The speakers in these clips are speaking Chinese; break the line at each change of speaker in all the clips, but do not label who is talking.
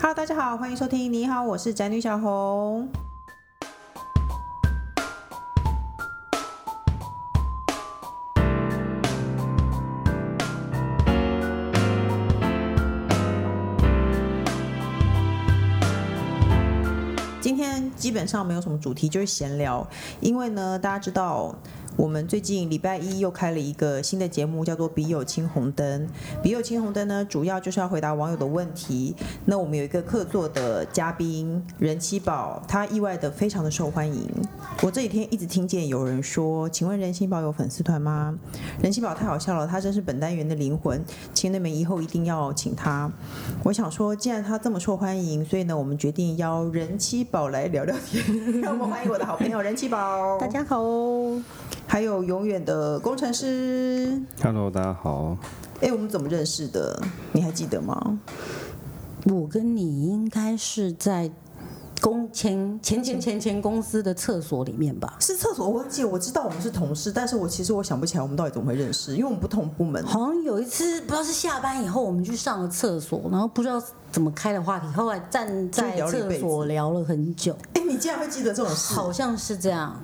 Hello，大家好，欢迎收听。你好，我是宅女小红。今天基本上没有什么主题，就是闲聊。因为呢，大家知道我们最近礼拜一又开了一个新的节目，叫做《笔友青红灯》。《笔友青红灯》呢，主要就是要回答网友的问题。那我们有一个客座的嘉宾任七宝，他意外的非常的受欢迎。我这几天一直听见有人说：“请问任七宝有粉丝团吗？”任七宝太好笑了，他真是本单元的灵魂，请你们以后一定要请他。我想说，既然他这么受欢迎，所以呢，我们决定邀任七宝来聊聊天。让我们欢迎我的好朋友任七宝，
大家好，
还有永远的工程师。
Hello，大家好。
哎，我们怎么认识的？你还记得吗？
我跟你应该是在公前前前前前公司的厕所里面吧？
是厕所，我忘记了。我知道我们是同事，但是我其实我想不起来我们到底怎么会认识，因为我们不同部门。
好像有一次不知道是下班以后，我们去上了厕所，然后不知道怎么开的话题，后来站在
就聊了一
厕
辈子
所聊了很久，
哎，你竟然会记得这种事？
好像是这样。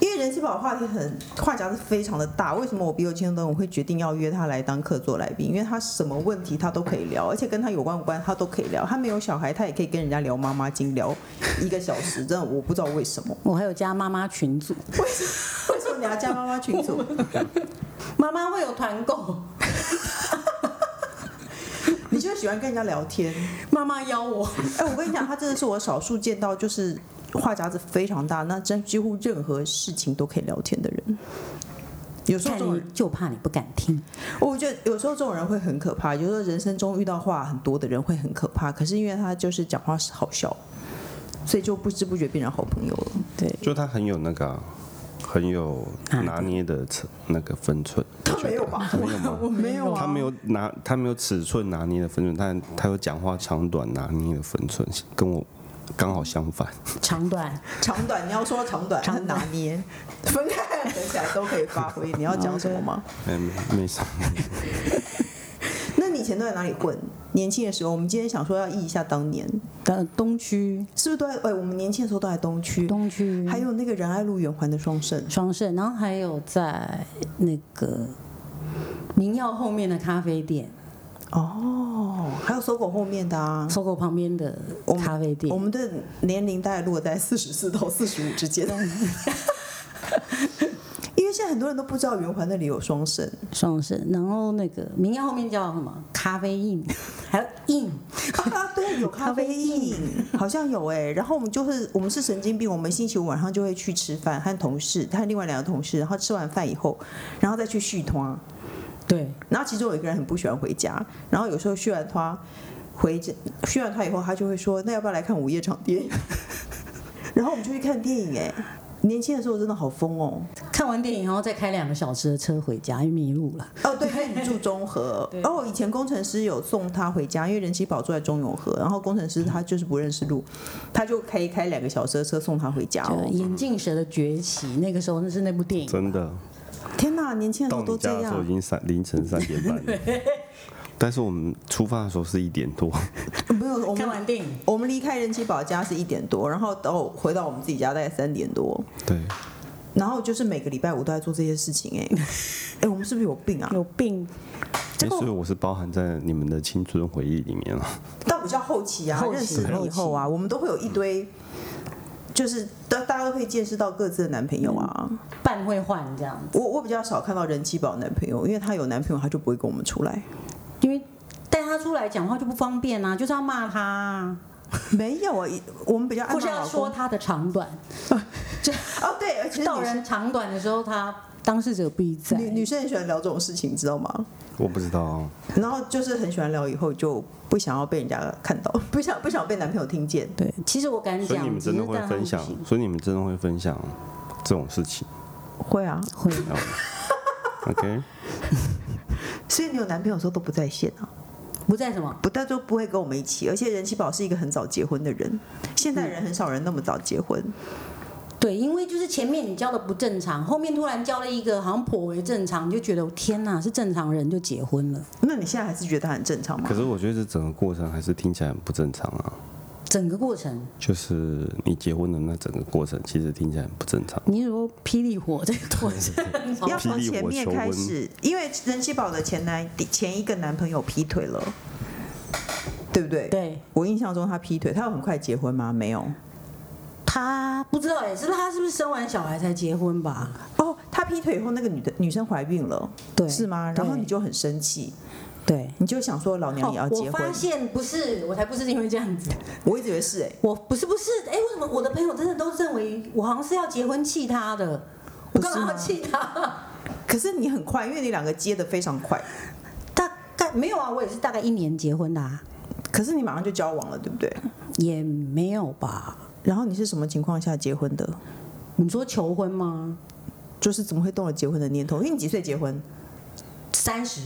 因为人气宝话题很话匣子非常的大，为什么我笔友青灯我会决定要约他来当客座来宾？因为他什么问题他都可以聊，而且跟他有关无关他都可以聊。他没有小孩，他也可以跟人家聊妈妈经聊一个小时，真的我不知道为什 么。
我还有加妈妈群组，
为什么你要加妈妈群组？
妈妈会有团购，
你就是喜欢跟人家聊天。
妈妈邀我。
哎、我跟你讲，他真的是我少数见到就是话匣子非常大，那真几乎任何事情都可以聊天的人。有时候
看
这种
你
人，哦
就怕你不敢听，
我觉得有时候这种人会很可怕。有时候人生中遇到话很多的人会很可怕，可是因为他就是讲话好笑，所以就不知不觉变成好朋友了。对，
就他很有那个啊、很有拿捏的尺那个分寸。
他没有吧？
没有吗？
我没有啊
他没有拿，他没有尺寸拿捏的分寸，但他有讲话长短拿捏的分寸，跟我刚好相反。
长短
长短，你要说长短，他
长短
拿捏，分开合起来都可以发挥。你要讲什么 吗？
哎，没没什么。
那你以前都在哪里混？年轻的时候，我们今天想说要忆一下当年，
的呃东区，
是不是都在？哎、我们年轻的时候都在东区，
东区
还有那个仁爱路圆环的双盛，
双盛，然后还有在那个民耀后面的咖啡店，
哦，还有搜狗后面的啊。
搜狗旁边的
我们
咖啡店
我。们的年龄大概落在四十四到四十五之间，因为现在很多人都不知道圆环那里有双盛，
双盛，然后那个民耀后面叫什么？咖啡印，还有印，
啊，对，有咖啡因，好像有哎、然后我们就是我们是神经病，我们星期五晚上就会去吃饭，和同事，和另外两个同事，然后吃完饭以后，然后再去续团。
对，
然后其中有一个人很不喜欢回家，然后有时候续完他回家，续完他以后，他就会说：“那要不要来看午夜场电影？” 然后我们就去看电影哎、年轻的时候真的好疯哦！
看完电影然后再开两个小时的车回家，因为迷路了。
哦，对，因为你住中和。哦，以前工程师有送他回家，因为人气宝住在中永和，然后工程师他就是不认识路，他就可以开两个小时的车送他回家
就
哦。
眼镜蛇的崛起，那个时候那是那部电影，
真的，
天哪，年轻的时
到
候
你
都
家
这
的时候已
样。
经三凌晨三点半 了。但是我们出发的时候是一点多，
没有，我
看
们
完电影
我们离开人气宝家是一点多，然后到回到我们自己家大概三点多，
对，
然后就是每个礼拜五都在做这些事情。 哎，哎，我们是不是有病啊？
有病，
哎所以我是包含在你们的青春回忆里面了。啊
到比较后期啊，
后期
认识了以后啊，我们都会有一堆，就是大大家都会见识到各自的男朋友啊。
半会换这样，
我我比较少看到人气宝男朋友，因为她有男朋友，她就不会跟我们出来。
因为带他出来讲话就不方便啊，就是要骂他、啊，
没有啊，我们比较爱
或是
骂
要
老
说
公。
他的长短。
哦，对， 而且
到
女生
人长短的时候，他当事者必在。
女女生很喜欢聊这种事情，你知道吗？
我不知道啊，
然后就是很喜欢聊，以后就不想要被人家看到，不想不想被男朋友听见。
对，其实我敢讲，
所以你们真的会分享
只是，
所以你们真的会分享这种事情。
会啊，
但他不行会
OK，
所以你有男朋友的时候都不在线啊，
不在什么？
不但就不会跟我们一起，而且人气宝是一个很早结婚的人，现代人很少人那么早结婚。
对，因为就是前面你交的不正常，后面突然交了一个好像颇为正常，你就觉得天哪，是正常人就结婚了，
那你现在还是觉得他很正常吗
可？是我觉得这整个过程还是听起来很不正常啊，
整个过程。
就是你结婚的那整个过程，其实听起来很不正常。
你说霹雳火这个过程，
要从
霹雳
前
火
面
求
开
婚
始，因为任熙宝的前男前一个男朋友劈腿了，对不对？
对
我印象中他劈腿，他有很快结婚吗？没有。
他不知道哎、是不是他是不是生完小孩才结婚吧？
哦，他劈腿以后，那个女的女生怀孕了，
对
是吗？然后
对
你就很生气，
对。
你就想说老娘也要
哦我
结婚。
发现不是，我才不是因为这样子，
我一直以为是哎、
我不是不是，哎、为什么我的朋友真的都认为我好像是要结婚气他的？我
不是啊
干嘛
吗
要气他？
可是你很快，因为你两个接的非常快，
大概没有啊，我也是大概一年结婚的、啊，
可是你马上就交往了，对不对？
也没有吧？
然后你是什么情况下结婚的？
你说求婚吗？
就是怎么会动了结婚的念头？因为你几岁结婚？
三十，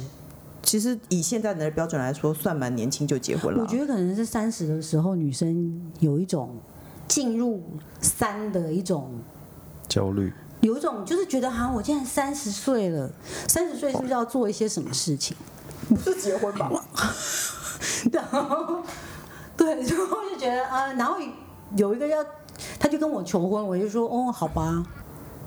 其实以现在的标准来说，算蛮年轻就结婚了。
我觉得可能是三十的时候，女生有一种进入三的一种，
焦虑，
有一种就是觉得哈、我竟然三十岁了，三十岁是不是要做一些什么事情？
不是结婚吧？
然后对，然后就觉得呃，然后有一个要，他就跟我求婚，我就说哦，好吧，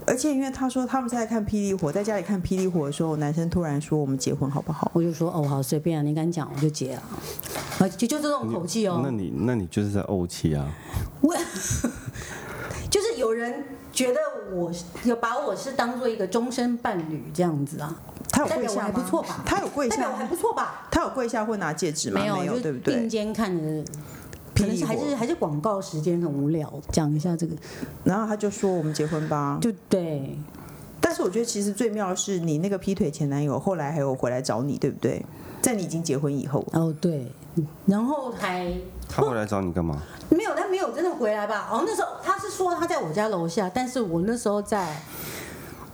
而且因为他说他们在看《霹雳火》，在家里看《霹雳火》的时候，男生突然说我们结婚好不好？
我就说哦，好，随便啊，你敢讲我就结啊，啊，就就这种口气哦。
那你那你就是在怄气啊，
我就是有人觉得我是有把我是当做一个终身伴侣这样子啊，
他有
代
跪
表我
下
还
吗？
不错吧？
他有跪
代表我还
下，
不错吧？
他有跪下或拿戒指吗？
有，就
对不
是
对
并？肩看着，可
霹
能
雳
是还是
火。
还是广告时间很无聊，讲一下这个，
然后他就说我们结婚吧。
就对，
但是我觉得其实最妙的是你那个劈腿前男友后来还有回来找你，对不对？在你已经结婚以后，
哦对，然后还
他会来找你干嘛？
没有，他没有真的回来吧？哦，那时候他是说他在我家楼下，但是我那时候在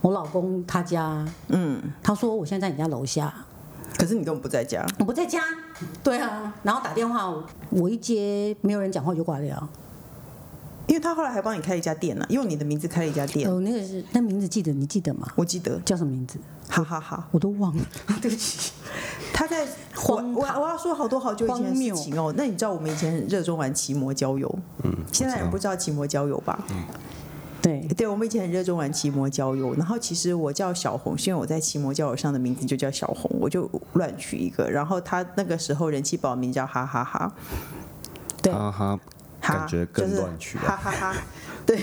我老公他家，嗯，他说我现在在你家楼下，
可是你根本不在家。
我不在家，对啊，然后打电话我一接没有人讲话我就挂掉。
因为他后来还帮你开了一家店呢、用你的名字开了一家店，
嗯
哦，那个是那名字记得你记得吗？
我记得，
叫什么名字？
哈哈哈。
我都忘了，对不起。
他在我
荒
我
唐
我要说好多好久以前的事情哦。那你知道我们以前很热衷玩奇摩交友，嗯，现在人不知道奇摩交友吧？
嗯
对，
对，我们以前很热衷玩奇摩交友，然后其实我叫小红，是因为我在奇摩交友上的名字就叫小红，我就乱取一个。然后他那个时候人气宝名叫哈哈哈，
对
哈哈，
哈
感觉更乱取啊
就是哈哈哈。对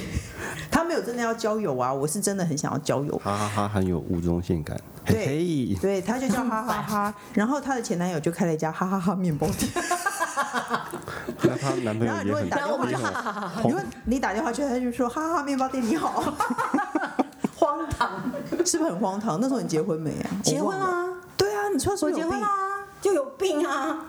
他没有真的要交友啊，我是真的很想要交友。
哈哈哈，很有吴宗宪感。嘿嘿，
对，他就叫哈哈哈，然后她的前男友就开了一家哈哈哈面包店。
那她男朋友
然后如
也
果
很
你打电话就你问你打电话
也很
去，他就说哈哈哈面包店你好，
荒唐，
是不是很荒唐？那时候你结婚没啊？
结
我忘
婚
了。
啦、
对啊，你穿什
我
么
结
有
婚
病？
啦、就有病啊！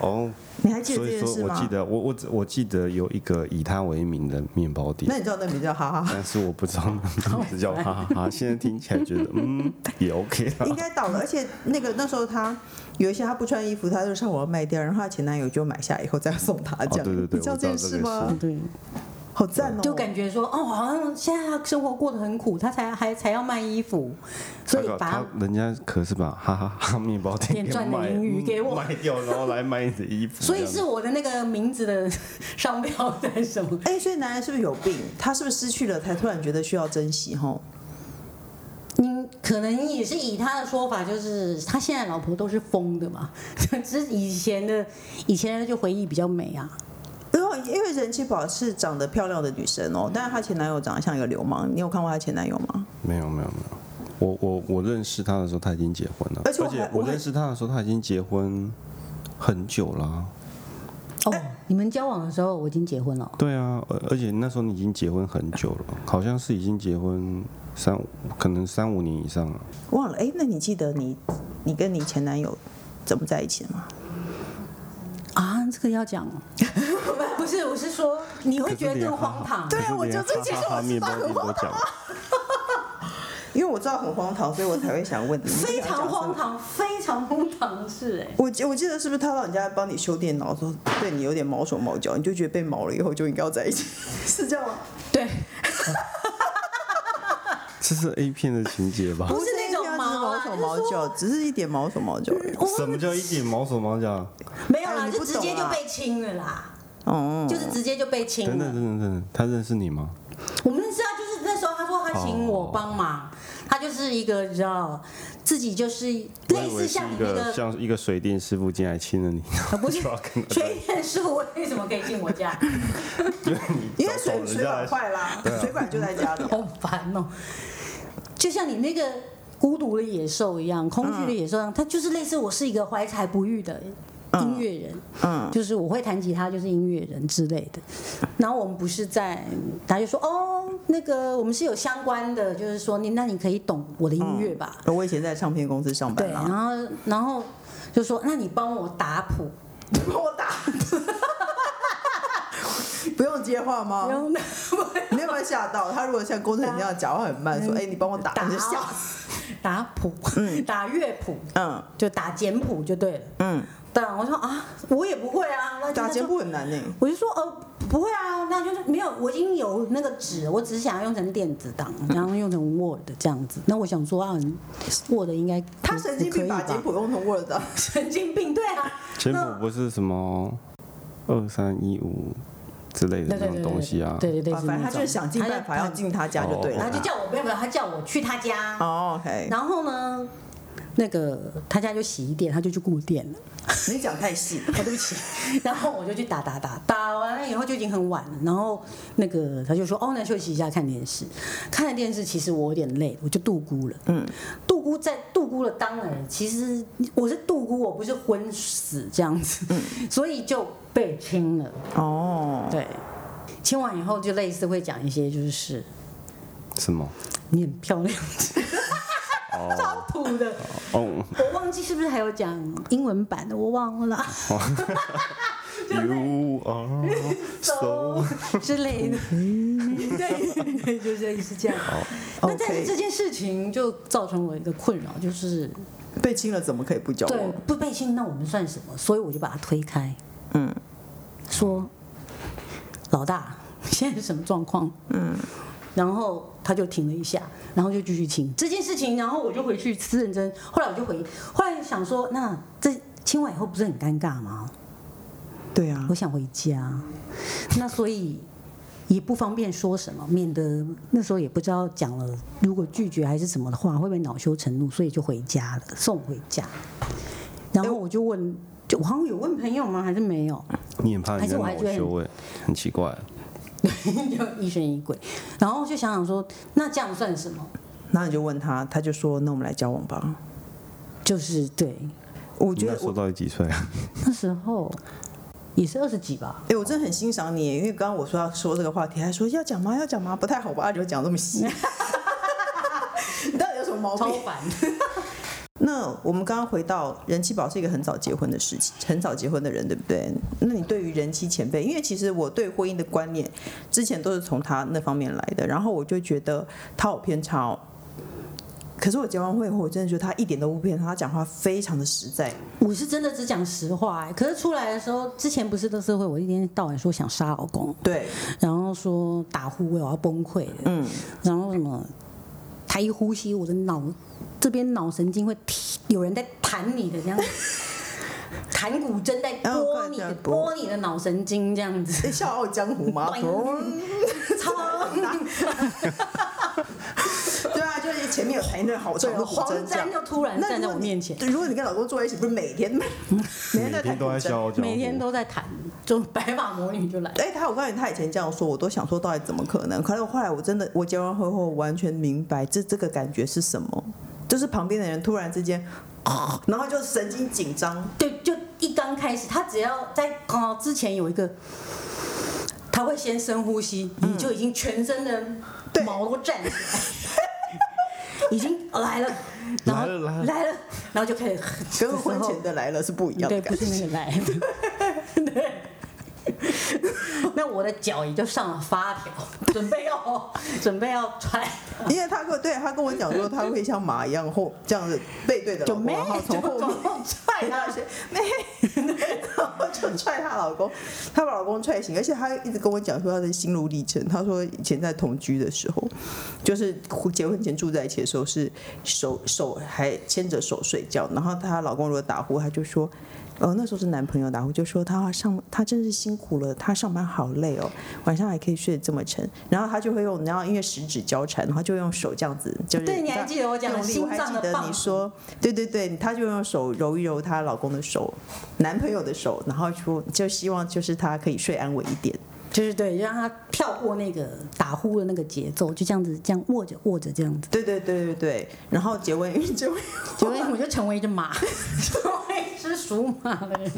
哦。
你还记得
所
这
以
件
说
事
我
吗？
记得，我我只我记得有一个以他为名的面包
那
店，
你知道那名叫哈 哈哈？
但是我不知道那名字叫哈哈哈。现在听起来觉得嗯也 OK 啊
应。该倒了，而且那个那时候她有一些她不穿衣服，她就上网卖掉，然后她前男友就买下以后再送她这样。
哦对对对
你知道
我知道
件事吗
这个？事
哦对，
好赞哦！
就感觉说哦，好像现在他生活过得很苦，他才还才要卖衣服，所以
他
把
他人家可是把哈哈哈面包店
店
给
赚的
卖
盈余给我
卖掉，然后来卖你的衣服。
所以
这样
是我的那个名字的 商标在什么？
哎，所以男人是不是有病？他是不是失去了才突然觉得需要珍惜？吼，
嗯，可能也是以他的说法，就是他现在老婆都是疯的嘛， 只是以前的以前的就回忆比较美啊。
因为因为人气宝是长得漂亮的女生哦，但是她前男友长得像一个流氓。你有看过她前男友吗？
没有没有没有，我我我认识他的时候他已经结婚了，
而且我
我
还我还
认识他的时候他已经结婚很久了啊。
哦，你们交往的时候我已经结婚了，
对啊，而而且那时候你已经结婚很久了，好像是已经结婚三五可能三五年以上了。
忘了。哎，那你记得你你跟你前男友怎么在一起的吗？
啊，这个要讲哦， 不是，我是说你会觉得更荒 唐。
对啊我就最
最
近
哈
说我
哈
知
面
道
包
很
店都讲了，
因为我知道很荒唐，所以我才会想问你。
非常荒
唐。
唐，非常荒唐的事哎、
我记我记得是不是他到你家帮你修电脑的时候，对 你有点毛手毛脚，你就觉得被毛了以后就应该要在一起，是这样吗？
对，
这是 A 片的情节吧？
不是那种毛
毛
啊
手毛脚，只是一点毛手毛脚而已。
什么叫一点毛手毛脚？
没有啦，
哎你
就
不
直接
懂
就
啊
被亲了啦，
哦，
就是直接就被亲
等等
了。
等等等等，他认识你吗？
我们认识他，就是那时候他说他请我帮
哦
忙，他就是一个你知道，自己就是
我
类
以为
似
是
像
一
那
个
个啊
像一个水电师傅进来亲了你，
不 是
就要跟他
水电树为什么可以进我 家？
因为你
因为
找
水
人
水
家
管
来
坏啦，水管就在家里。
好烦哦、就像你那个孤独的野兽一样，空虚的野兽一
嗯
样，他就是类似我是一个怀才不遇的音乐人，
嗯，
就是我会弹吉他就是音乐人之类的。然后我们不是在，他就说哦，那个我们是有相关的，就是说你那你可以懂我的音乐吧？
嗯我以前在唱片公司上
对，
班啊
然
啦，
后然后就说那你帮我打谱，
我打，不用接话吗？
然后 呢
你有没有吓到？他如果像工程一样讲话很慢，说：“哎、你帮我打。”
打
你就吓。
打谱， 打乐谱
嗯
就打简谱就对了。
嗯，
对，我说啊，我也不会啊，那就
打肩部很难呢、
我就说哦，不会啊，那就是没有，我已经有那个纸，我只是想要用成电子档，
嗯
然后用成 Word 这样子。那我想说啊，Word 应该
他神经病把
简
简谱 用成 Word 的，
神经病对啊，
柬
那
嗯
埔不是什么二三一五之类的
对
那
对对
种东西啊，
对对对，
啊
类似
反正他就是想尽
那种
办法要，进他家就对
他就然
了。
后就叫我不要不要，他叫我去他家，
哦，OK，
然后呢，那个他家就洗衣店，他就去顾店了。
你讲太细了，对不起。
然后我就去打打打，打完了以后就已经很晚了。然后那个他就说：“哦，那休息一下，看电视。”看了电视，其实我有点累，我就度孤了。嗯，度孤在度孤了，当然，其实我是度孤，我不是昏死这样子，所以就被亲了。
哦，
嗯对，亲完以后就类似会讲一些，就是
什 么？
你很漂亮， 超土的。
哦
我忘记是不是还有讲英文版的，我忘了。
，You are so
之类的，对对，就类似这样。那但是
嗯 OK
这件事情就造成我一个困扰，就是
被亲了怎么可以不交
对
往？
不背信，那我们算什么？所以我就把他推开，
嗯，
说老大现在是什么状况？嗯，然后他就停了一下，然后就继续亲这件事情，然后我就回去吃认真。后来我就回，后来想说，那这亲完以后不是很尴尬吗？
对啊
我，想回家，那所以也不方便说什么，免得那时候也不知道讲了，如果拒绝还是什么的话，会不会恼羞成怒，所以就回家了，送回家。然后我就问，就我好像有问朋友吗？还是没有？
你很怕
还
人
是
家
我还
恼
觉得很
羞哎，很奇怪。
就疑神疑鬼。然后就想想说，那这样算什么？
然后你就问他，他就说：“那我们来交往吧。
就是对，”
我
你
觉
那
得
时候
我，
到底几岁啊？
那时候也是二十几吧。
哎、我真的很欣赏你，因为刚刚我说要说这个话题，还说要讲吗？要讲吗？不太好吧？你就讲这么细， 你到底有什么毛病？
烦，
那我们刚刚回到人妻宝是一个很早结婚的事情，很早结婚的人，对不对？那你对于人妻前辈，因为其实我对婚姻的观念之前都是从他那方面来的，然后我就觉得他好偏差哦。可是我结完婚以后，我真的觉得他一点都不偏差，他讲话非常的实在。
我是真的只讲实话、哎可是出来的时候，之前不是都是会，我一天到晚说想杀老公，
对，
然后说打呼我要崩溃了，
嗯，
然后什么，他一呼吸，我的脑这边脑神经会提有人在弹你的这样子， 弹骨针在
然后
拨
看
你
起来
的
不
拨你的脑神经这样子，
诶哎笑傲江湖嘛，啊
超
对啊，就是前面有弹一段好长
对，啊
的古
黄
筝这样
沾。就突然
那
站
如
在
果
我
你
面前，
对，如果你跟老公坐在一起，不是每 天每天
每
在弹
天
古
都在
筝
笑。傲江湖，
每天都在弹，就白发魔女就来，
哎、他我告诉你，他以前这样说，我都想说到底怎么可能？可是我后来我真的，我结完婚后完全明白这这个感觉是什么，就是旁边的人突然之间， 啊，然后就神经紧张，
对，就一刚开始，他只要在哦之前有一个。他会先深呼吸，你就已经全身的毛都站起来，已经来了，然后
来了来了
来了，然后就开始
跟婚 前的来了是不一样的
对，
感
不是
觉。
那个来的，对，那我的脚也就上了发条，准备要准备要踹，
因为他跟对他跟我讲说，他会像马一样后这样子背对着老
就
公，
没
然后从后 面
后踹
然
他
后是妹，然后就踹她老公，她把老公踹醒，而且她一直跟我讲说她的心路历程。她说以前在同居的时候，就是结婚前住在一起的时候是手手还牵着手睡觉，然后她老公如果打呼，她就说。呃，那时候是男朋友打呼，就说她上她真是辛苦了，她上班好累哦，晚上还可以睡得这么沉，然后她就会用，然后因为十指交缠，然后就用手这样子，就是
对你还记得我讲的
用力
心脏的
我还记得
棒
你说，对对对，她就用手揉一揉她老公的手，男朋友的手，然后说就希望就是他可以睡安稳一点。
就是对，让他跳过那个打呼的那个节奏，就这样子这样握着握着这样子，
对对对对对，然后结婚结婚，
结果我就成为一只马， 成为一只属马的人。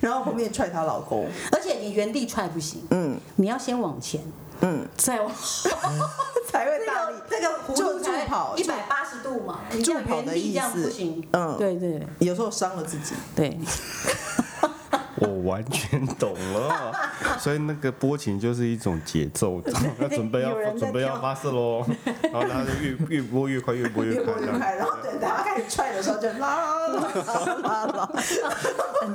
然后后面踹她老公，
而且你原地踹不行，嗯，你要先往前，嗯，再往后，
才会大力。
这个弧
就
度
助跑
一百八十度嘛，你
助
这样
跑
原
的
地
意
这样不
思
行，，
嗯，
对对
有时候伤了自己。
对，
我完全懂 了，所以那个波琴就是一种节奏，要准备
有
要
人在
准备要
跳
发射 喽，然后它就越越播越快，越 播
越
越快
过，越快，然后等他开始踹的时候就啦啦啦啦啦啦，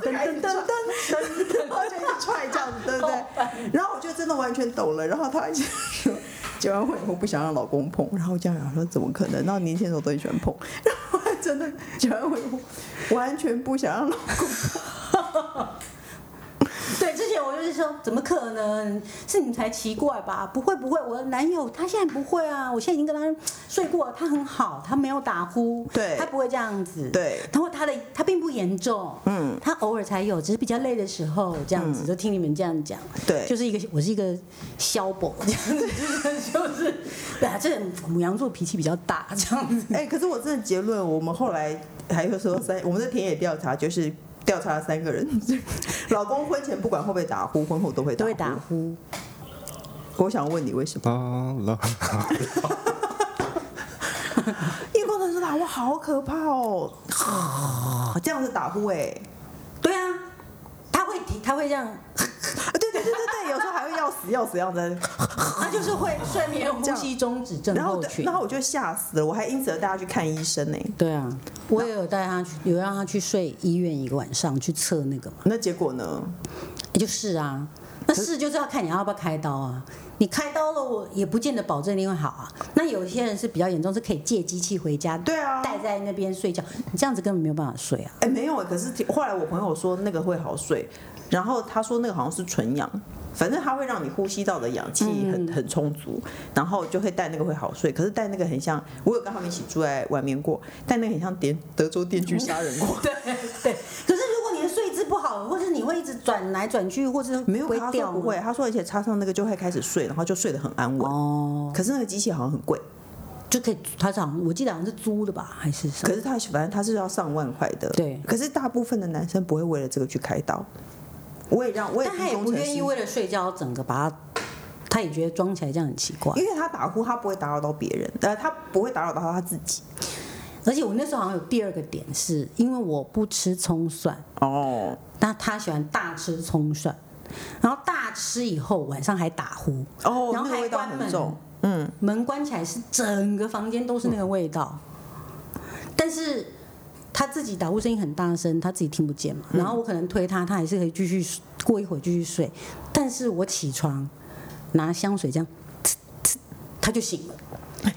噔噔噔噔 噔，然后就一直踹这样子，对不对？然后我就真的完全懂了。然后他一直说结完婚以后不想让老公碰，然后我这样想说怎么可能？然后年轻的时候都很喜欢碰，然后他真的结完婚以后完全不想让老公。
对，之前我就是说，怎么可能？是你才奇怪吧？不会不会，我的男友他现在不会啊，我现在已经跟他睡过了，他很好，他没有打呼，
对
他不会这样子，
对
然后他的他并不严重，嗯，他偶尔才有，只是比较累的时候这样子，就听你们这样讲，
嗯对
就是一个我是一个消博这样子， 就是就是，对啊，这母羊座脾气比较大这样子，
哎、可是我真的结论，我们后来还有说三，我们的田野调查就是。调查了三个人， 老公婚前不管会不会打呼，婚后都会打
都
呼。
会打呼，
我想问你为什么？
啦啦，
因为工程师打呼好可怕哦， 这样子打呼哎、
对啊，他会提他会这样，
啊对对对对对，有时候还会要死要死要的，
他就是会睡眠呼吸中止症
然后
候
对
群
然。后我就吓死了，我还因此而带他去看医生呢、欸
对啊，我也有带他去，有让他去睡医院一个晚上去测那个嘛，
那结果呢？
也就是啊，那是就是要看你要不要开刀啊。你开刀了，我也不见得保证一定会好啊。那有些人是比较严重，是可以借机器回家，
对啊
带在那边睡觉，你这样子根本没有办法睡啊。
哎、没有、可是后来我朋友说那个会好睡，然后他说那个好像是纯氧，反正它会让你呼吸道的氧气很很充足，然后就会戴那个会好睡。可是戴那个很像，我有跟他们一起住在外面过，戴那个很像德德州电锯杀人狂。
对对，可是如果你的睡姿不好，或是你会一直转来转去，或是
没有，
会
他
掉
说不
吗
会，啊他说而且插上那个就会开始睡，然后就睡得很安稳。
哦，
可是那个机器好像很贵，
就可以。他好像我记得好像是租的吧，还是什么？
可是他反正他是要上万块的。
对
可是大部分的男生不会为了这个去开刀。我也让，我也
但他也
听
不
工程
愿
师
意为了睡觉整个把它，他也觉得装起来这样很奇怪。
因为他打呼，他不会打扰到别人，呃，他不会打扰到他自己。
而且我那时候好像有第二个点是，因为我不吃葱蒜，
哦，
但他喜欢大吃葱蒜，然后大吃以后晚上还打呼，
哦，
然
那
后
个
还
味道
关
很
门
重。，
门关起来是整个房间都是那个味道，但是。他自己打呼声音很大声，他自己听不见嘛。
嗯
然后我可能推他，他还是可以继续睡过一会儿继续睡。但是我起床拿香水这样，他就醒了。
嗯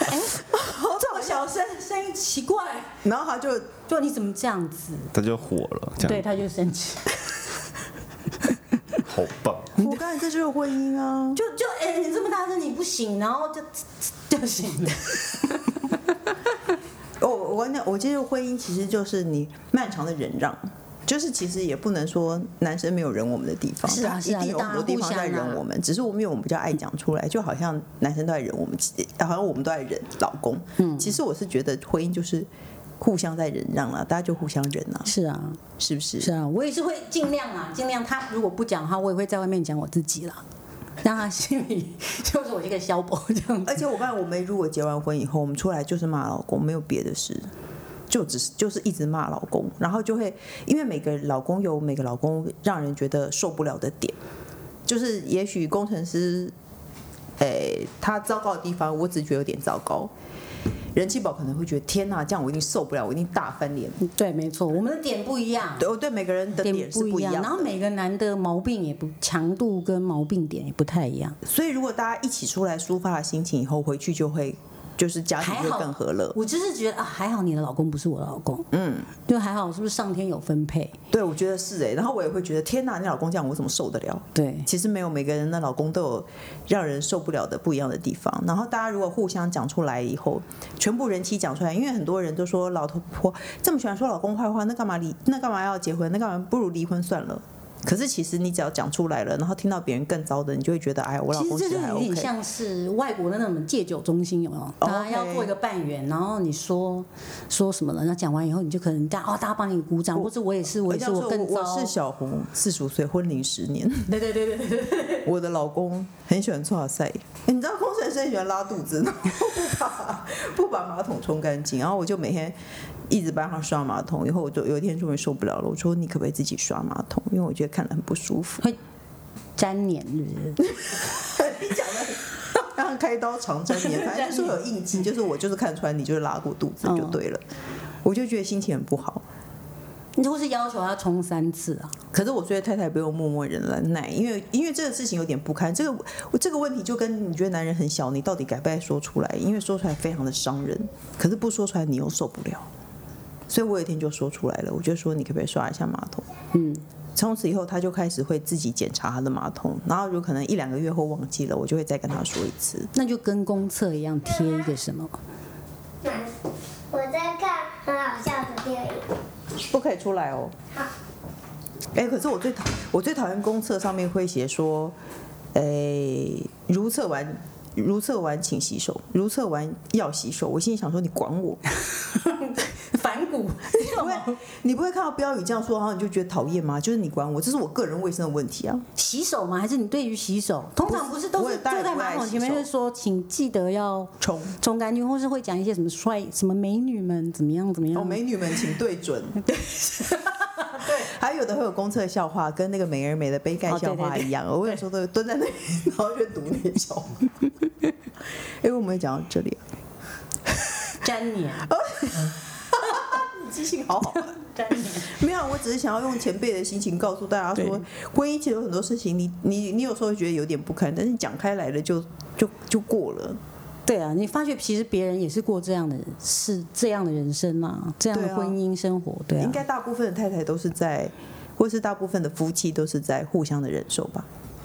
哎、 这么小声，哎声音奇怪。
然后他就
就你怎么这样子？
它就火了，这
对，
样
他就生气，
好棒。
我刚才这就是婚姻啊，
就就哎、你这么大声你不醒，然后就就醒了。
哦，我那我接受婚姻其实就是你漫长的忍让，就是其实也不能说男生没有忍我们的地方，
是啊
他
是啊
一定有
大家
很多地方
互相
在
啊
忍我们，只是我们因为我们比较爱讲出来，就好像男生都在忍我们，好像我们都在忍老公。嗯，其实我是觉得婚姻就是互相在忍让啊，大家就互相忍啊，
是啊，
是不是？
是啊，我也是会尽量啊，尽量。他如果不讲的话，我也会在外面讲我自己啦，让他心里 就是我这个小宝这样子。
而且我发现，我们如果结完婚以后，我们出来就是骂老公，没有别的事。就只是就是一直骂老公，然后就会因为每个老公有每个老公让人觉得受不了的点，就是也许工程师，诶、他糟糕的地方，我只觉得有点糟糕。人气宝可能会觉得天呐，这样我一定受不了，我一定大翻脸。
对，没错，我们的点不一样，
对，哦，对，每个人的点是不
不
一
一
样
然后
的。
每个男的毛病也不强度跟毛病点也不太一样。
所以如果大家一起出来抒发了心情以后，回去就会就是家庭
还
会
好
更和乐。
我就是觉得啊，还好你的老公不是我的老公，嗯，就还好，是不是上天有分配？
对，我觉得是哎、然后我也会觉得天呐，你老公这样我怎么受得了？
对，
其实没有每个人的老公都有让人受不了的不一样的地方。然后大家如果互相讲出来以后，全部人妻讲出来，因为很多人都说老头婆这么喜欢说老公坏话，那干嘛离？那干嘛要结婚？那干嘛不如离婚算了？可是其实你只要讲出来了，然后听到别人更糟的，你就会觉得哎呀，我老
其实
公
这
其
就
实还
有点
OK。
像是外国的那种戒酒中心，有没有？
哦
大家要
OK
做一个半圆，然后你说说什么了，那讲完以后，你就可能大家哦，大家帮你鼓掌，或者我也是，我也
这
是，
样说
更
我
糟。
我是小红，四十五岁，婚龄十年。
对对对对对对，
我的老公很喜欢搓塞，欸你知道工程师很喜欢拉肚子，然后不把 不把马桶冲干净，然后我就每天一直帮他刷马桶。以后我就有一天终于受不了了，我说你可不可以自己刷马桶？因为我觉得看了很不舒服。
粘黏是不是？
你讲的。让开刀长针眼，反正就说有印记，就是我就是看出来你就是拉过肚子就对了，我就觉得心情很不好。
你或是要求他冲三次啊？
可是我觉得太太不用默默忍耐，因为因为这个事情有点不堪，这个我这个问题就跟你觉得男人很小，你到底该不该说出来？因为说出来非常的伤人，可是不说出来你又受不了，所以我有一天就说出来了，我就说你可不可以刷一下马桶？
嗯，
从此以后他就开始会自己检查他的马桶，然后有可能一两个月后忘记了，我就会再跟他说一次。
那就跟公厕一样贴一个什么？
我在看很好笑的电影。
不可以出来哦。哎、可是我最讨我最讨厌公厕上面会写说，哎、如厕完如厕完请洗手，如厕完要洗手。我心里想说，你管我？
反 骨，
你不会你不会看到标语这样说，然后你就觉得讨厌吗？就是你管我，这是我个人卫生的问题啊。
洗手吗？还是你对于洗手？通常不是都
我也
是
当然
坐在
不爱
马桶前面
洗手
会说，请记得要
冲！
冲干净，或是会讲一些什么帅什么美女们怎么样怎么样。
哦，美女们请对 准。对，还有的会有公厕笑话，跟那个美而美的杯盖
哦对
笑话
对对
一样。我有时候都会蹲在那里，然后就读那些笑 话。哎、我们也讲到这里啊。
粘黏，
哦记性好好。
粘黏。
没有，我只是想要用前辈的心情告诉大家说，婚姻其实有很多事情你，你你有时候会觉得有点不堪，但是讲开来了就就就过了。
对啊，你发觉其实别人也是过这样的，是这样的人生啊，这样
对
的
啊
婚姻生活，对啊，
应该大部分的太太都是在，或是大部分的夫妻都是在互相的忍受吧。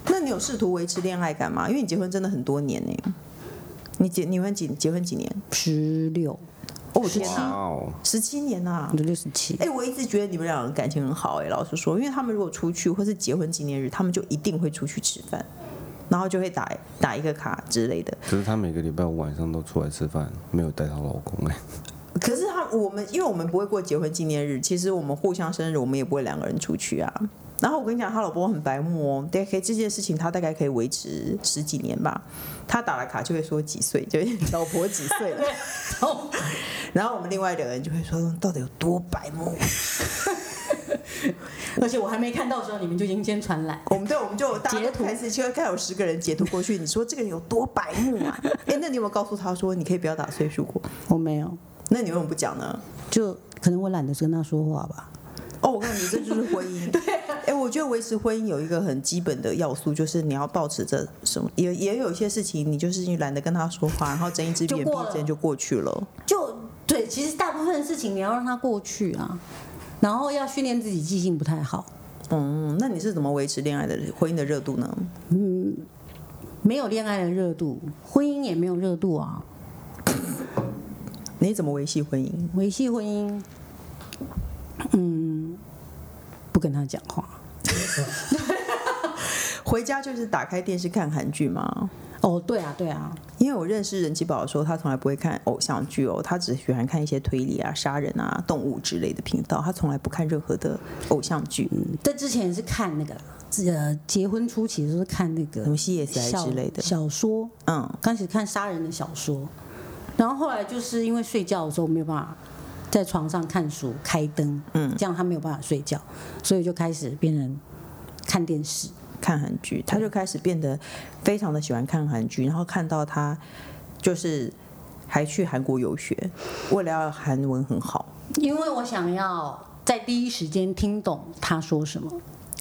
那你有试图维持恋爱感吗？因为你结婚真的很多年呢、你结你们几结婚几年？
十六，
哦，我天
哇
哪，
哦，
十七年呐、
我就六十七
哎、，我一直觉得你们两个感情很好哎、老实说，因为他们如果出去或是结婚纪念日，他们就一定会出去吃饭，然后就会打打一个卡之类的。
可是她每个礼拜五晚上都出来吃饭，没有带她老公哎、
可是他我们，因为我们不会过结婚纪念日，其实我们互相生日，我们也不会两个人出去啊。然后我跟你讲，他老婆很白目哦，对，可以这件事情他大概可以维持十几年吧。他打了卡就会说几岁，就会 老婆几岁了。然后，然后我们另外两个人就会说，嗯到底有多白目？
而且我还没看到的时候，你们就已经先传来，
我们对，我们就大家
截
都
图
开始就看有十个人截图过去，你说这个人有多白目啊？哎、那你有没有告诉他说你可以不要打碎蔬果？
我没有，
那你为什么不讲呢？
就可能我懒得跟他说话吧，
哦，我告诉你，这就是婚 姻。对、
啊
哎，我觉得维持婚姻有一个很基本的要素，就是你要保持着什么，也也有一些事情，你就是你懒得跟他说话，然后睁一只
就
眼闭
过
一只眼
了
就过去了。
就对，其实大部分的事情你要让它过去啊，然后要训练自己记性不太好，
嗯，那你是怎么维持恋爱的婚姻的热度呢？
没有恋爱的热度，婚姻也没有热度啊，
你怎么维系婚姻？
维系婚姻，嗯，不跟他讲话。
回家就是打开电视看韩剧吗？
哦，对啊，对啊，
因为我认识任奇宝的时候，他从来不会看偶像剧哦，他只喜欢看一些推理啊、杀人啊、动物之类的频道，他从来不看任何的偶像剧，
在之前也是看那个啦，呃，结婚初期的时候是看那
什
个
么 CSI
小
之类的。
小说，
嗯，
刚开始看杀人的小说，然后后来就是因为睡觉的时候没有办法在床上看书、开灯，嗯，这样他没有办法睡觉，所以就开始变成看电视。
看韩剧，他就开始变得非常的喜欢看韩剧，然后看到他就是还去韩国游学，为了要韩文很好。
因为我想要在第一时间听懂他说什么，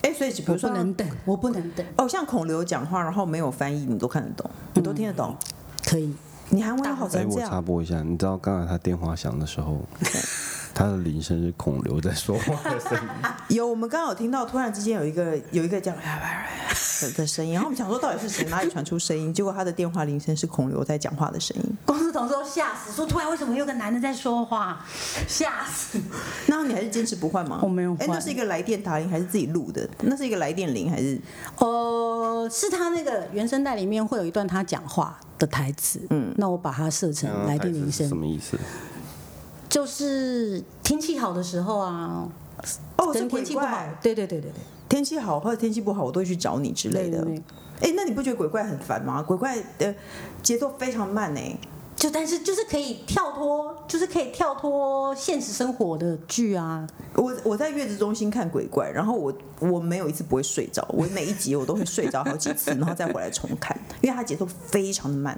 哎、所以比如
我不
说
能等，我不能等，
哦，像孔刘讲话，然后没有翻译，你都看得懂，你都听得懂，
可以。
你韩文要好
哎，
成
我
这
插
样。
播一下，你知道刚才他电话响的时候，他的铃声是孔刘在说话的 声音。
有，我们刚好听到突然之间有一个有一个这样的的声音，然后我们想说到底是谁哪里传出声音，结果他的电话铃声是孔刘在讲话的声音，
公司同事都吓死，说突然为什么有个男的在说话，吓死。
然后你还是坚持不换吗？
我没有
哎、
换
那是一个来电打铃还是自己录的？那是一个来电铃还是？
呃，是他那个原声带里面会有一段他讲话的台词，嗯，那我把它设成来电铃
嗯啊是什
声，
么意思？
就是天气好的时候啊，
哦，是
跟
鬼
天气不好
怪。，
对对对对对，
天气好或者天气不好，我都会去找你之类的
对对对。
哎、那你不觉得鬼怪很烦吗？鬼怪的节奏非常慢哎、
就但是就是可以跳脱，就是可以跳脱现实生活的剧啊，
我我在月子中心看鬼怪，然后我我没有一次不会睡着，我每一集我都会睡着好几次，然后再回来重看，因为它节奏非常的慢。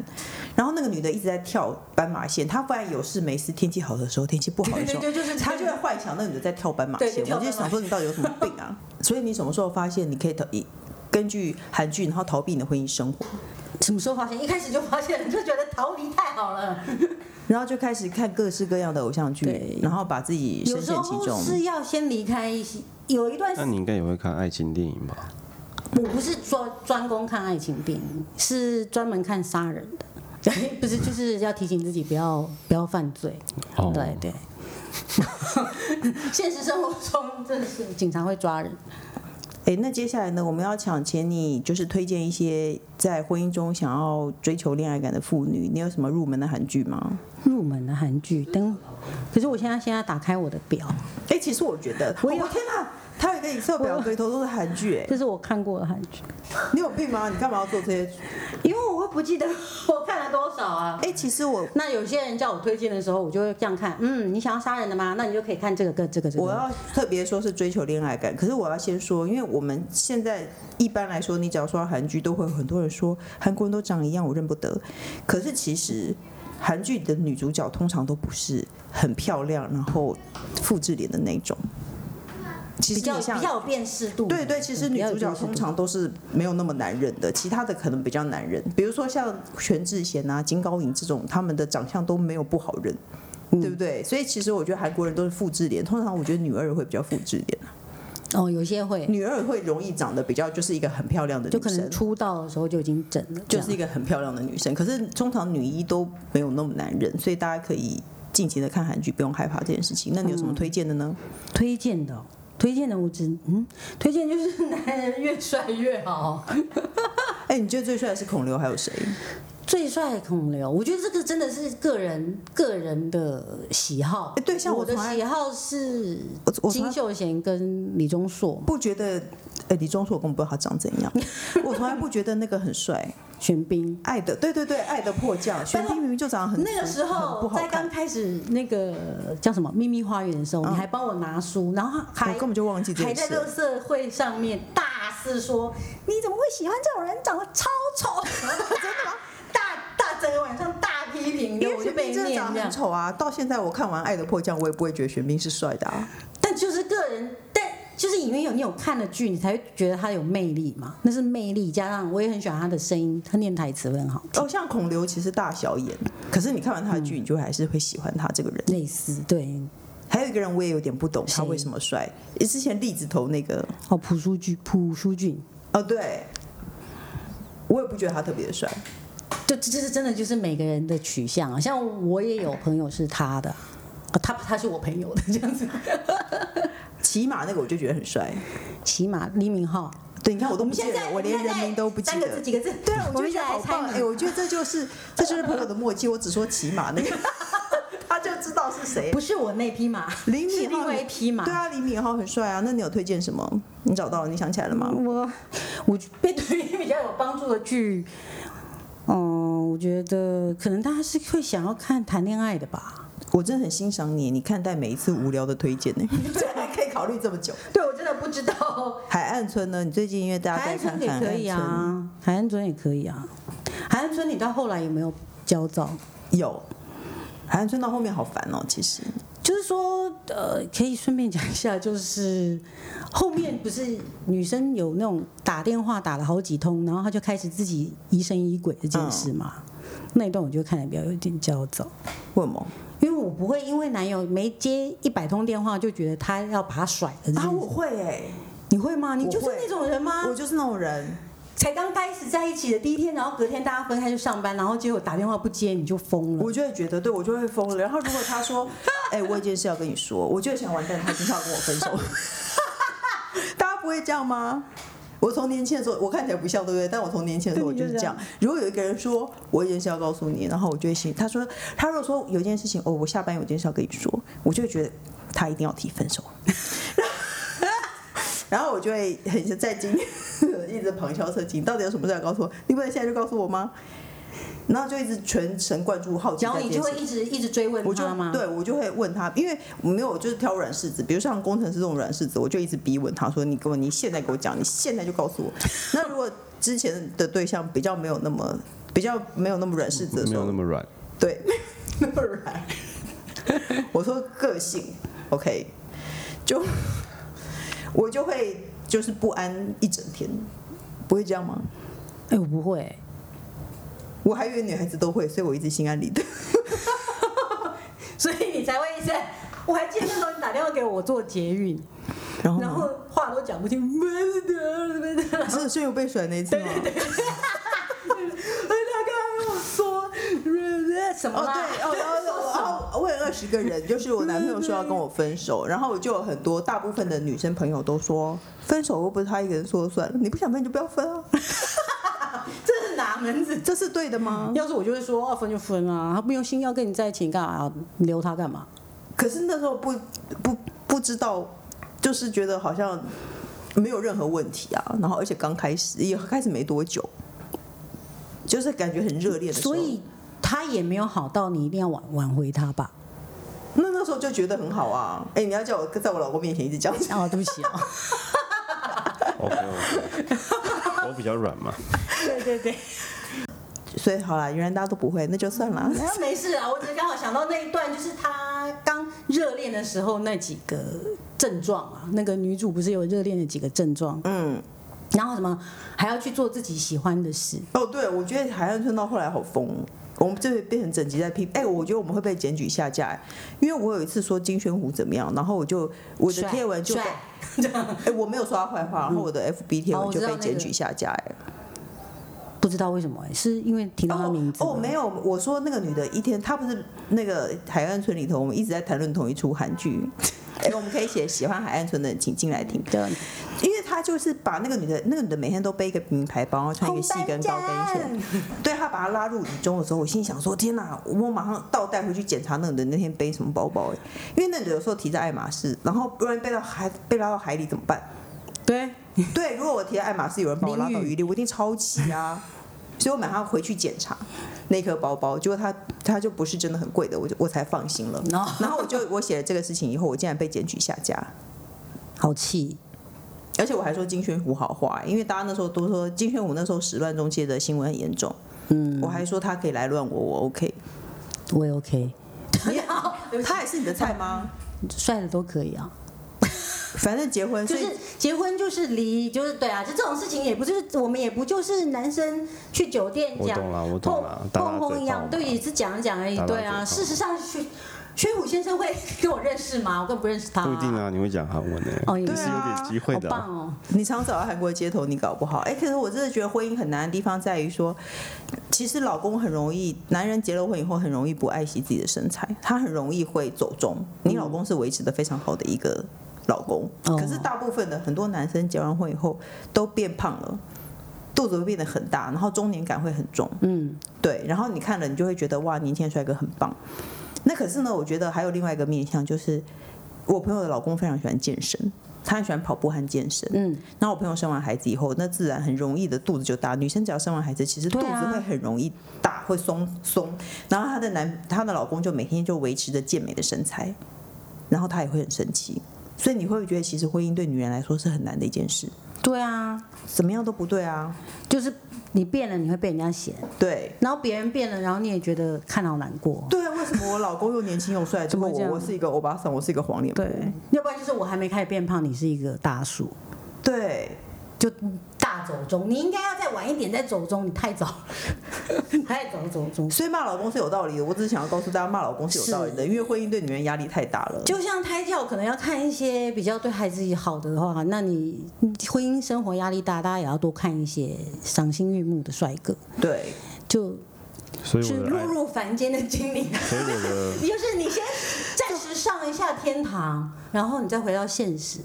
然后那个女的一直在跳斑马线，她不然有事没事，天气好的时候，天气不好的时候，
对对对就是
她就会幻想那个女的在跳斑马
对
线。
就跳
我
斑
就
马
想说你到底有什么病啊？所以你什么时候发现你可以逃以根据韩剧然后逃避你的婚姻生活？
什么时候发现？一开始就发现，就觉得逃离太好了。
然后就开始看各式各样的偶像剧
对，
然后把自己
有
深
时
陷其
候
中。
是要先离开一些，有一段时
那你应该也会看爱情电影吧？
我不是专专攻看爱情电影，是专门看杀人的。 不是，就是要提醒自己不要不要犯罪。
哦
对 对。现实生活中，真的是警察会抓人。
哎，那接下来呢，我们要抢请你就是推荐一些在婚姻中想要追求恋爱感的妇女，你有什么入门的韩剧吗？
入门的韩剧，等，可是我现在现在打开我的表，
哎，其实我觉得，我、
我有
天哪，他有一个 Excel 表格里头都是韩剧，哎，
这是我看过的韩剧，
你有病吗？你干嘛要做这些？
因为我会不记得 我看了多少啊。
哎，其实我
那有些人叫我推荐的时候，我就会这样看，嗯，你想要杀人的吗？那你就可以看这个跟这个这个。
我要特别说是追求恋爱感，可是我要先说，因为我们现在一般来说，你只要说到韩剧，都会有很多人说韩国人都长一样，我认不得。可是其实韩剧的女主角通常都不是很漂亮，然后复制脸的那种。其
比
实
较
你像
比较有辨识度。
对对，
嗯
其实女主角通常都是没有那么男人的，其他的可能比较男人，比如说像全智贤啊、金高银这种，他们的长相都没有不好人，
嗯
对不对？所以其实我觉得韩国人都是复制脸，通常我觉得女二会比较复制脸，
哦，有些会，
女二会容易长得比较就是一个很漂亮的
就
女
可能
生。
出道的时候就已经整了，
就是一
个
个很漂亮的女生，可是通常女一都没有那么男人，所以大家可以尽情的看韩剧，不用害怕这件事情。那你有什么
嗯
推荐的呢？
推荐的哦、推荐的我只嗯，推荐就是男人越帅越好，
哎、你觉得最帅的是孔刘还有谁？
最帅孔刘，我觉得这个真的是个人个人的喜好
哎。对像我
我的
从来
喜好是
我我从来
金秀贤跟李钟硕嘛，
不觉得，哎，李钟硕我根本不知道他长怎 样，我从来不觉得那个很帅。
玄彬。
爱的，对对对，爱的迫降，玄彬明明就长得很
那个时
很不
候，
好
在刚
看，
开始那个叫什么《秘密花园》的时候，你还帮我拿书，然后还
我根本就忘记这
还
件
在
事
乐
了。
色会上面大肆说：“你怎么会喜欢这种人？长得超丑！” 真的吗？大大整个晚上大批评，
因为
我就
玄
被
彬真的
念
长
这
得很
样。
丑啊！到现在我看完《爱的迫降》，我也不会觉得玄彬是帅的啊。
但就是个人，但就是因为有你有看的剧，你才会觉得他有魅力嘛。那是魅力，加上我也很喜欢他的声音，他念台词会很好听。
哦，像孔刘其实大小眼，可是你看完他的剧，你就还是会喜欢他这个人。
类似对
还有一个人我也有点不懂他
谁
为什么帅，之前栗子头那个，
哦，朴书俊，朴书俊，
哦对，我也不觉得他特别的帅。
就这是真的，就是每个人的取向啊。像我也有朋友是他的，啊他他是我朋友的这样子。
骑马那个我就觉得很帅。
起码李敏镐，
对，你看我都
我
不记得，我连人名都不记
三个字
得。
几个字，
对啊，我就
们
觉
再
得
来
好
猜
棒！
嘛
哎、我觉得这就是这就是朋友的默契。我只说骑马那个， 他就知道是谁。
不是我那匹马，
李
是
敏
另
镐
外一匹马。
对啊，李敏镐很帅啊。那你有推荐什么？你找到了？你想起来了吗？
我我被对于比较有帮助的剧，呃嗯，我觉得可能大家是会想要看谈恋爱的吧。
我真的很欣赏你，你看待每一次无聊的推荐呢、 这还可以考虑这么久。
对我真的不知道。
海岸村呢？你最近因为大家
海
在看
岸村也
海岸
可以
村，
啊，海岸村也可以啊。海岸村你到后来有没有焦躁？
有海岸村到后面好烦哦，其实
就是说，呃，可以顺便讲一下，就是后面不是女生有那种打电话打了好几通，然后她就开始自己疑神疑鬼这件
嗯
事嘛。那一段我就看得比较有点焦躁，
为什么
因为我不会因为男友没接一百通电话就觉得他要把他甩了这件
啊？我
事。
会哎、
你会吗？欸你
我
就是
会
那种人吗？
我就是那种人，
才刚开始在一起的第一天，然后隔天大家分开去上班，然后结果打电话不接你就疯了
我。就会觉得对我就会疯了。然后如果他说，哎、我有件事要跟你说，我就会想完蛋，他今天要跟我分手。 大家不会这样吗？我从年轻的时候，我看起来不像，对不对？但我从年轻的时候我就是这样。如果有一个人说我有件事要告诉你，然后我就会心，他说他如果说有一件事情，哦，我下班有件事要跟你说，我就会觉得他一定要提分手。然后我就会很像在今 一直旁敲侧击，你到底有什么事要告诉我？你不能现在就告诉我吗？然后就一直全神贯注好奇
然
在
后
这件
你
事情，
就会一直一直追问
我就
他吗？
对我就会问他，因为我没有我就是挑软柿子，比如像工程师这种软柿子，我就一直逼问他说：“你给我，你现在给我讲，你现在就告诉我。”那如果之前的对象比较没有那么比较没有那么软柿子的
没
时
有
候
那，么软。
对， 那么软， 我说个性 OK，就我就会就是不安一整天，不会这样吗？
哎，我不会。
我还以为女孩子都会，所以我一直心安理得。
所以你才会在。我还记得那时候你打电话给我，我做捷运，
然后
然
呢
后话都讲不清，
是是有被甩那一次吗？
他刚刚跟我说什么
哦
啦？
对，哦，然后
说什
然
么？
后我有二十个人，就是我男朋友说要跟我分手，然后我就有很多大部分的女生朋友都说分手又不是他一个人说了算，你不想分你就不要分啊，
这是哪门子？
这是对的吗？
要是我就会说，啊分就分啊，他没有心要跟你在一起，你干嘛你留他干嘛？
可是那时候不不不知道，就是觉得好像没有任何问题啊，然后而且刚开始也开始没多久，就是感觉很热烈的时候，
所以他也没有好到你一定要挽挽回他吧？
那那时候就觉得很好啊，哎、你要叫我在我老公面前一直这样讲。
哦，对不起哦，
OK OK，我 比较软嘛。
对对对，
所以好啦，原来大家都不会，那就算啦。
没事啊，我只是刚好想到那一段，就是他刚热恋的时候那几个症状啊，那个女主不是有热恋的几个症状，
嗯，
然后什么还要去做自己喜欢的事，
哦，对，我觉得海岸村到后来好疯哦，我们这边变成整集在批。哎、我觉得我们会被检举下架，哎因为我有一次说金宣虎怎么样，然后我就我的
帅
贴文就被，
帅
哎、我没有说他坏话，然后我的 FB 贴
哦
文
我
就
知道
被
那
检
个
举下架，哎、
不知道为什么、欸是因为听到他名字
哦，哦没
有，
有，我说那个女的一天，她不是那个海岸村里头，我们一直在谈论同一出韩剧。 哎、我们可以写喜欢海岸村的人，请进来听。
对，
因为她就是把那个女的，那个女的每天都背一个名牌包，然后穿一个细跟高跟鞋， 对他把他拉入雨中的时候，我心想说：天哪！我马上倒带回去检查那个人那天背什么包包、欸，因为那女的有时候提着爱马仕，然后不然被到海被拉到海里怎么办？
对，
对，如果我提着爱马仕，有人把我拉到
淋雨
雨里，我一定超气啊！所以我马上回去检查那颗包包，结果它它就不是真的很贵的，我就我才放心 了。
然
然后
后
我就我写了这个事情以后，我竟然被检举下架，
好气，
而且我还说金宣虎好话，因为大家那时候都说金宣虎那时候始乱终弃的新闻很严重，
嗯，
我还说他可以来乱我，我 OK。
我也 OK，
你 他也是你的菜吗？
帅的都可以啊。
反正结婚，
就
所以
是结婚就是离，就是对啊，就这种事情也不就是我们也不就是男生去酒店
我
讲
懂了，我懂
碰
了，打
碰
打
碰
嘴
一样，
炮。
对，也是讲一讲而已
打，打
对
嘴炮
啊。事实上，薛薛虎先生会 跟我认识吗？我根本不认识他、
不一定。啊，你会讲韩文诶，
哦，也
你是
是
有点机会
好
的啊。
棒哦！
你常走到韩国街头，你搞不好。哎、可是我真的觉得婚姻很难的地方在于说，其实老公很容易，男人结了婚以后很容易不爱惜自己的身材，他很容易会走中。你老公是维持的非常好的一个老公，
哦
可是大部分的很多男生结完婚以后都变胖了。肚子会变得很大，然后中年感会很重，
嗯，
对。然后你看了，你就会觉得哇，年轻的帅哥很棒。那可是呢，我觉得还有另外一个面向，就是我朋友的老公非常喜欢健身，她很喜欢跑步和健身。
嗯，
那我朋友生完孩子以后，那自然很容易的肚子就大。女生只要生完孩子，其实肚
对
子
啊
会很容易大，会松松。然后她的男，她的老公就每天就维持着健美的身材，然后她也会很生气。所以你会不会觉得，其实婚姻对女人来说是很难的一件事？
对啊，
怎么样都不对啊，
就是你变了，你会被人家嫌，
对。
然后别人变了，然后你也觉得看好难过。
对啊，为什么我老公又年轻又帅？结
怎么
果
会这
我
样
我是一个欧巴桑，我是一个黄脸婆。
对，要不然就是我还没开始变胖，你是一个大叔，
对，
就大走中。你应该要再晚一点再走中，你太早 了，太早走中。
所以骂老公是有道理的。我只是想要告诉大家，骂老公是有道理的，因为婚姻对女人压力太大了。
就像胎教，可能要看一些比较对孩子好的话，那你婚姻生活压力大，大家也要多看一些赏心悦目的帅哥，
对，
就
所以
是
我的
落
爱，
入凡间的经历。
所以我的
就是你先暂时上一下天堂，然后你再回到现实，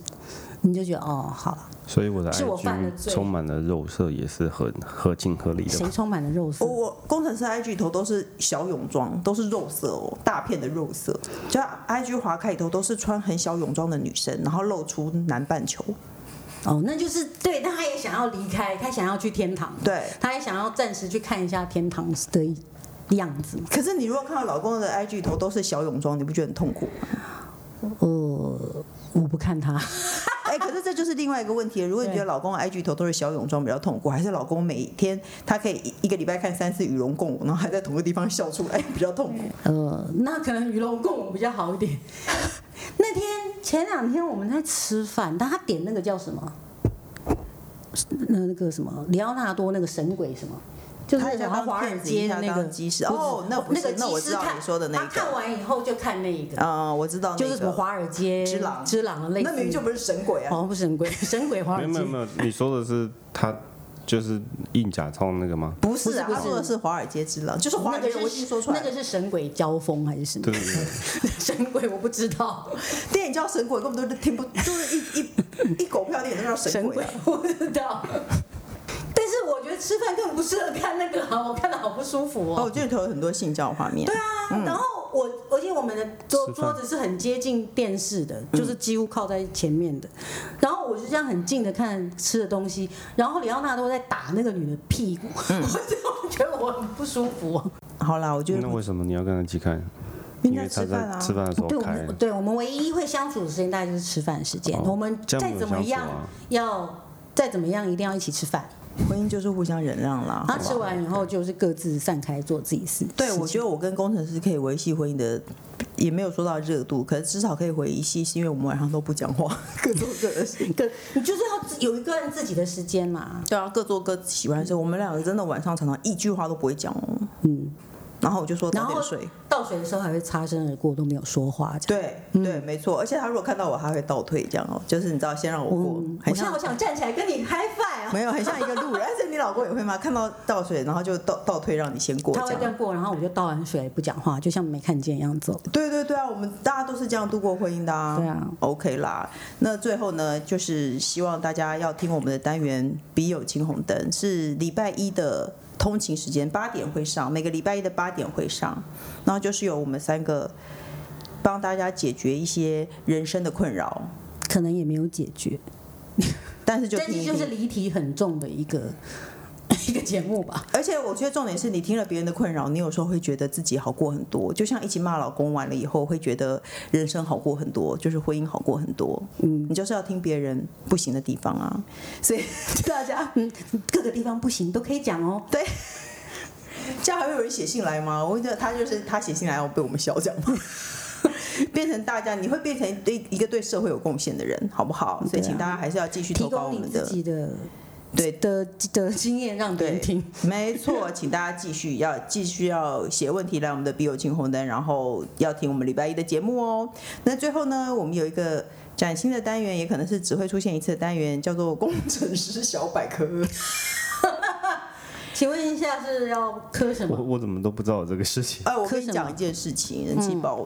你就觉得哦，好了，
所以我的
是我犯的
IG
罪
充满了肉色，也是很合情合理的
谁
吧。
充满了肉
我
色？
哦我工程师 IG 里头都是小泳装，都是肉色哦，大片的肉色。就 IG 划开里头都是穿很小泳装的女生，然后露出南半球。
哦，那就是对，他也想要离开，他想要去天堂，
对，
他也想要暂时去看一下天堂的样子嘛。
可是你如果看到老公的 IG 里头都是小泳装，你不觉得很痛苦吗？
呃，我不看他，
哎、可是这就是另外一个问题了。如果你觉得
对
老公的 IG 里头都是小泳装比较痛苦，还是老公每天他可以一一个礼拜看三次与龙共舞，然后还在同个地方笑出来 比较痛苦？
呃，那可能与龙共舞比较好一点。 那天前两天我们在吃饭，但他点那个叫什么？那那个什么，里奥纳多那个神鬼什么？就是
他叫
华
当
华尔
骗子
街
一
的
下
那个
当鸡翅
不是
哦那不
那
是
个
那我
鸡
知
翅
道
看
你说的那
他
个
看完以后就看那一个，
嗯，我知道、那
就是什么
个
华尔街
之狼
之狼的类似哦
那明明就不是神鬼啊！
好像不是神鬼，神鬼华
没
尔
有
街
没有没有，你说的是他就是印假钞那个吗？
不是啊，
不是不是
他说的是华尔街之狼，就是华
那
尔街
个，
我已
是
经说出来
那
了。
个是神鬼交锋还是什么
对？对对，
神鬼我不知道，
电影叫神鬼，根本都听不，就是一一一狗票电影都叫神鬼、啊。
我不知 道。但是我觉得吃饭根本不适合看那个啊，我看的好不舒服
哦，
哦。嗯
我觉得里头有很多性交画面。对啊，
然后我，而且我们的桌
吃
桌
饭
子是很接近电视的，就是几乎靠在前面的。然后我就这样很近的看吃的东西，然后里奥纳多在打那个女的屁股， 我就觉得我很不舒服哦。
好啦，我觉
那
得
为什么你要跟他一起看？
应
因
该
为
吃
他
饭
在
啊。
吃饭的时候
对，我
开
们。对我们唯一会相处的时间大概就是吃饭时间。
哦
我们
这样
再
没有
怎么
相处
样
啊
要再怎么样一定要一起吃饭。
婚姻就是互相忍让啦。
然后吃完以后就是各自散开做自己事。
对，我觉得我跟工程师可以维系婚姻的，也没有说到热度，可是至少可以维系，是因为我们晚上都不讲话， 各做各的事。
得你就是要有一个人自己的时间嘛。
对啊，各做各喜欢的事。我们两个真的晚上常常一句话都不会讲哦。
嗯，
然后我就说
然
早
后
点睡。
倒水的时候还会擦身而过，都没有说话这样。
对对，没错。而且他如果看到我，他会倒退这样哦，就是你知道，先让我过
嗯，，
很
我现在好
像
想站起来跟你 high five 啊！
没有，很像一个路人。而且你老公也会吗？看到倒水，然后就倒倒退，让你先过
他会
这
这样
样。
过，然后我就倒完水不讲话，就像没看见一样走。
对对对啊，我们大家都是这样度过婚姻的啊。
对啊
，OK 啦。那最后呢，就是希望大家要听我们的单元《笔友青红灯》，是礼拜一的通勤时间八点会上，每个礼拜一的八点会上，然后就是有我们三个帮大家解决一些人生的困扰，
可能也没有解决，
但是就
但
听
是
一
就是
听。
离题很重的一个 一个节目吧。
而且我觉得重点是你听了别人的困扰，你有时候会觉得自己好过很多，就像一起骂老公完了以后，会觉得人生好过很多，就是婚姻好过很多。嗯，你就是要听别人不行的地方啊，所 以大家
嗯，各个地方不行都可以讲哦。
对。这样还会有人写信来吗？我觉得他就是他写信来，然后被我们笑这样 吗？变成大家，你会变成对一个对社会有贡献的人，好不好？所以
对啊
请大家还是要继续
提
投稿我
供你
们
自
的。
己的
对
的的经验让别人听。
没错，请大家继续要继续要写问题来我们的笔友青红灯，然后要听我们礼拜一的节目哦。那最后呢，我们有一个崭新的单元，也可能是只会出现一次的单元，叫做工程师小百科。
请问一下是要磕什
我
么？
我怎么都不知道有这个事情。
哎，我跟你
科什么嗯
讲一件事情，人气爆。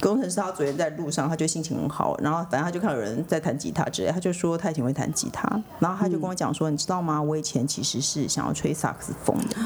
工程师他昨天在路上，他就心情很好，然后反正他就看有人在弹吉他之类，他就说他以前会
嗯
弹吉他，然后他就跟我讲说，你知道吗？我以前其实是想要吹萨克斯风的，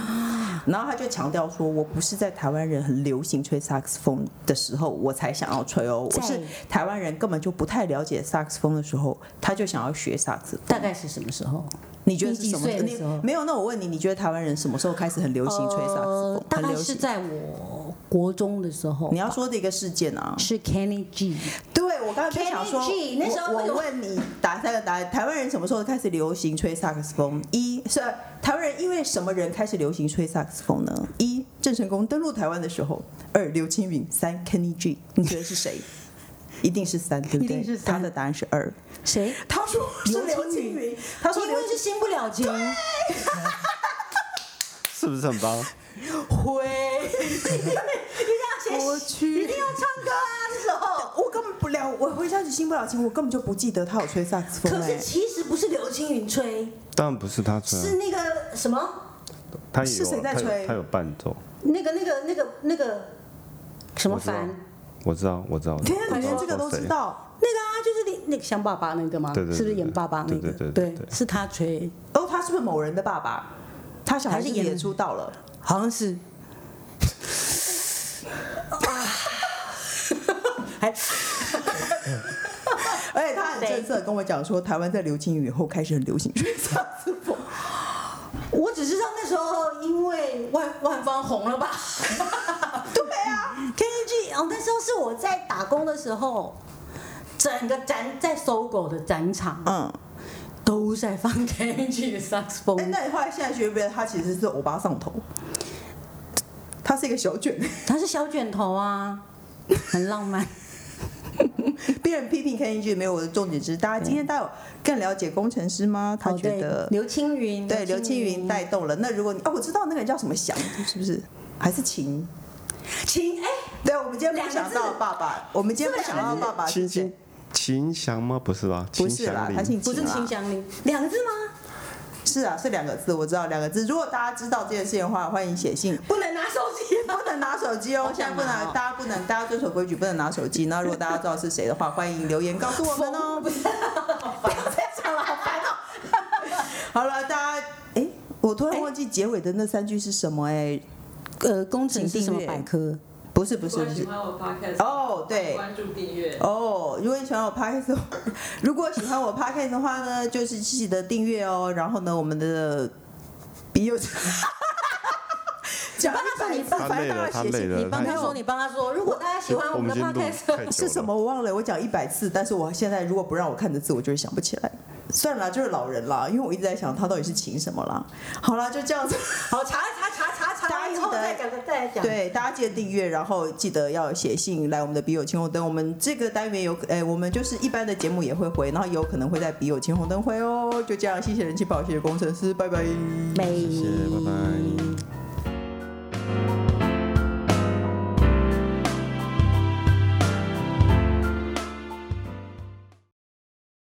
然后他就强调说，我不是在台湾人很流行吹萨克斯风的时候，我才想要吹哦，我
在
是台湾人根本就不太了解萨克斯风的时候，他就想要学萨克斯风。
大概是什么时候？
你觉得是
你几
什么？
岁的
你
时候
没有？那我问你，你觉得台湾人什么时候开始很流行吹萨克斯风
呃？大
很
概
流
是
行。
在我国中的时候吧。
你要说的一个事件啊，
是 Kenny G，
对我刚才就想说，
Kenny G，那时候
我
有
我问你打三个答案，台湾人什么时候开始流行吹萨克斯风？一是台湾人因为什么人开始流行吹萨克斯风呢？一郑成功登陆台湾的时候，二刘青云，三 Kenny G，你觉得是谁？ 一定是三，对不对？
一定是三
他的答案是二。
谁？
他说是刘青云，他说
因
刘
为是新不了情，
是不是很棒？
辉，
一定要先一定要唱歌啊，那时候。
我根本不了，我回家去新不了情，我根本就不记得他有吹萨克斯风、
可
哎
是其实不是刘青云吹，
当然不是他吹啊，
是那个什么，
他也
是
有
谁
啊，
在
他
吹
有他有伴奏，
那个那个那个那个什么凡，
我知道，我知道。
天
我
啊，你
知道
连这个都知？道。
那个啊，就是那那个像爸爸那个吗？
对对对
是不是演爸爸那个？
对对对对对
是他吹，
哦，他是不是某人的爸爸？他小孩是不是
还是演
也出道了？
好像 是。还
而且哎他很正色地跟我讲说，台湾在流行雨后开始很流行吹 萨克斯风。
我只知道那时候因为万万芳红了吧？ 对啊，K G 哦，那时候是我在打工的时候，整个展在搜狗的展场
嗯，
都在放 K G 的萨克斯
哎、
风，
那你后来现在觉不觉得他其实是欧巴上头？他是一个小 卷，
他是小卷头啊，很浪 漫。
别人批评 K N G 没有我的重点之，大家今天大家有更了解工程师吗？他
哦
觉
对
得、
刘青云，
对刘青云带动了。那如果你哦，我知道那个人叫什么翔，是不是？还是秦？
青哎，
对，我们今天
两
不
个
想
字
到爸爸，我们今天不想到爸爸
秦
是谁
秦？秦祥吗？不是吧？
不是
秦
啦
祥，林
他姓秦
不是
啦
秦祥林，两个字吗？
是啊，是两个字，我知道两个字。如果大家知道这件事情的话，欢迎写信。
不能拿手机啊。
不能拿手机哦
好，
现在
想拿哦
不能，大家不能，大家遵守规矩，不能拿手机。那如果大家知道是谁的话，欢迎留言告诉我们 哦。不要再讲了，好烦哦。 好了，大家，哎，我突然忘记结尾的那三句是什么哎，
呃，工程是什
请
么
订阅
百科？
不是不
如
是
果
不
喜
是，
欢我 podcast，
哦对。
关注订阅。
哦，如果你喜欢我 podcast，如 果喜欢我 podcast 的话呢，就是记得订阅哦。然后呢，我们的笔 友讲一百次，
他
反
累
正大家
了
写
他累
信，
了
你帮
你
他
他
说，你呃帮他说，如果大家喜欢我们的
已经录
podcast，
太久了
是什么？？我忘了，我讲一百次，但是我现在如果不让我看的字，我就是想不起来。算了，就是老人啦，因为我一直在想他到底是请什么啦。好啦，就这样子。
好，查查查查查，
大家
以
记
后
得
再讲，再来讲。
对，大家记得订阅，然后记得要写信来我们的笔友青红灯。我们这个单元有，哎、我们就是一般的节目也会回，然后有可能会在笔友青红灯回哦。就这样，谢谢人气宝，谢谢工程师，拜拜。
拜
谢谢，拜拜。